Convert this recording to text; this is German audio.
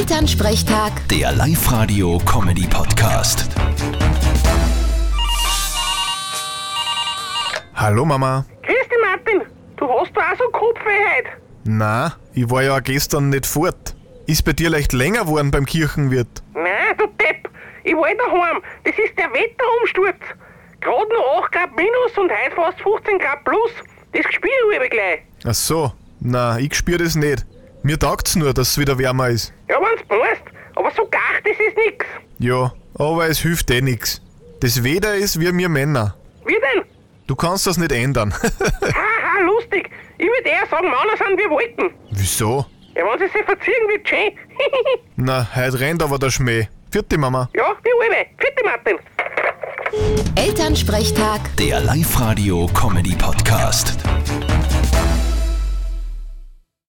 Elternsprechtag, Der Live-Radio-Comedy-Podcast. Hallo Mama. Grüß dich, Martin. Du hast doch auch so Kopfweh heute. Na, ich war ja gestern nicht fort. Ist bei dir leicht länger geworden beim Kirchenwirt? Nein, du Depp. Ich war daheim. Das ist der Wetterumsturz. Gerade noch 8 Grad minus und heute fast 15 Grad plus. Das Spiel habe ich gleich. Ach so, na, ich spür das nicht. Mir taugt's nur, dass es wieder wärmer ist. Ja, wenn's meinst. Aber so gar, das ist nix. Ja, aber es hilft eh nix. Das Wetter ist wie mir Männer. Wie denn? Du kannst das nicht ändern. Haha, lustig. Ich würde eher sagen, Männer sind wie Wolken. Wieso? Ja, wenn sie sich verziehen, wird schön. Na, heute rennt aber der Schmäh. Vierte Mama. ja, wie alle. Vierte Martin. Elternsprechtag. Der Live-Radio-Comedy-Podcast.